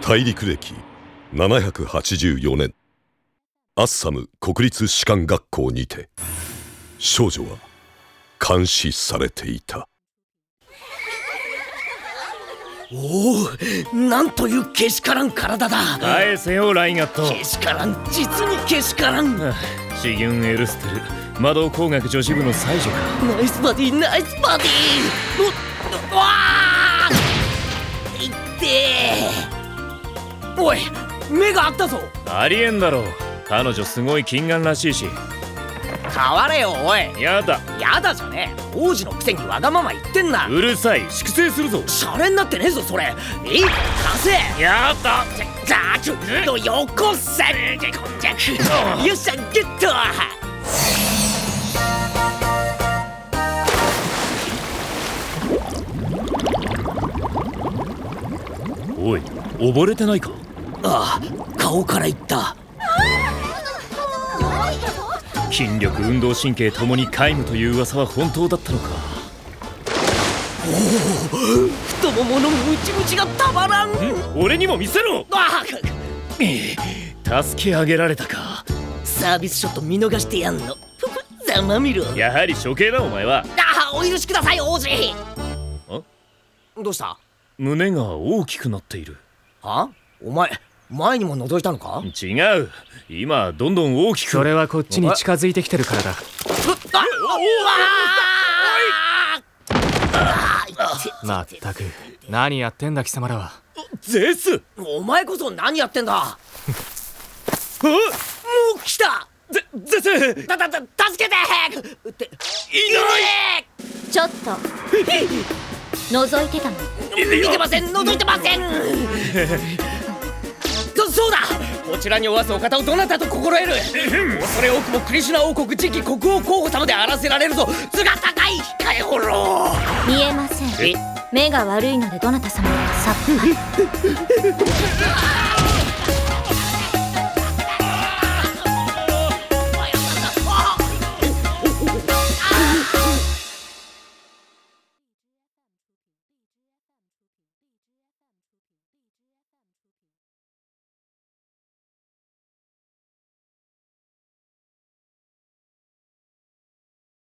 大陸歴784年アッサム国立士官学校にて少女は監視されていたおおなんというけしからん体だ返せよライガットけしからん実にけしからんナ資源エルステル魔導工学女子部の才女かイスバディナイスバディううわあいってえおい目があったぞありえんだろう彼女すごい金眼らしいし変われよおいやだやだじゃねえ王子のくせにわがまま言ってんなうるさい粛清するぞシャレになってねえぞそれえい貸せやだザークのよこせこんじゃくよっしゃゲットおい溺れてないかああ顔から言った筋力運動神経ともに皆無という噂は本当だったのか太もものムチムチがたまらん俺にも見せろああ助け上げられたかサービスショット見逃してやんのぷぷざまみろやはり処刑だお前はああお許しください王子どうした胸が大きくなっているあお前前にも覗いたのか違う今どんどん大きくそれはこっちに近づいてきてるからだまったく何やってんだ貴様らはゼスお前こそ何やってんだあもう来たゼゼスいだだだ助けてっていちょっと覗いてたの見てません覗いてませんそそうだこちらにおわすお方をどなたと心得る恐れ多くもクリシュナ王国次期国王候補様であらせられるぞ図が高い控えほろ見えません目が悪いのでどなた様かさっぱり